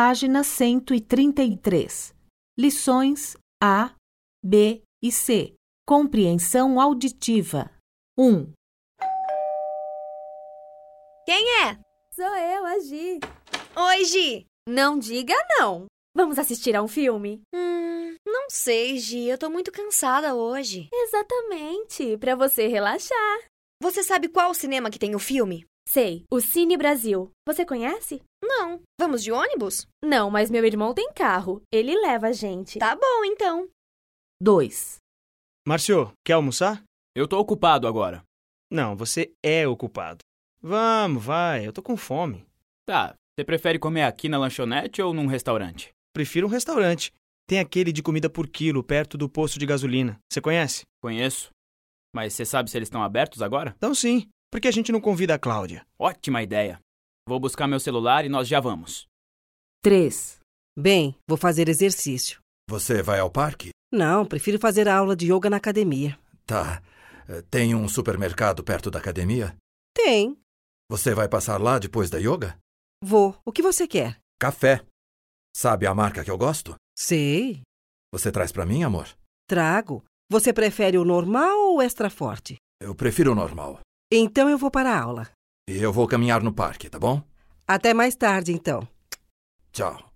Página 133. Lições A, B e C. Compreensão auditiva. 1, Quem é? Sou eu, a Gi. Oi, Gi. Não diga não. Vamos assistir a um filme? Hum, não sei, Gi. Eu tô muito cansada hoje. Exatamente, para você relaxar. Você sabe qual cinema que tem o filme? Sei, o Cine Brasil. Você conhece? Não. Vamos de ônibus? Não, mas meu irmão tem carro. Ele leva a gente. Tá bom, então. 2, Márcio, quer almoçar? Eu tô ocupado agora. Não, você é ocupado. Vamos, vai, eu tô com fome. Tá, você prefere comer aqui na lanchonete ou num restaurante? Prefiro um restaurante. Tem aquele de comida por quilo perto do posto de gasolina. Você conhece? Conheço. Mas você sabe se eles estão abertos agora? Então sim. Por que a gente não convida a Cláudia? Ótima ideia. Vou buscar meu celular e nós já vamos. 3, Bem, vou fazer exercício. Você vai ao parque? Não, prefiro fazer a aula de yoga na academia. Tá. Eh, Tem um supermercado perto da academia? Tem. Você vai passar lá depois da yoga? Vou. O que você quer? Café. Sabe a marca que eu gosto? Sei. Você traz pra mim, amor? Trago. Você prefere o normal ou o extra forte? Eu prefiro o normal. Então eu vou para a aula. E eu vou caminhar no parque, tá bom? Até mais tarde, então. Tchau.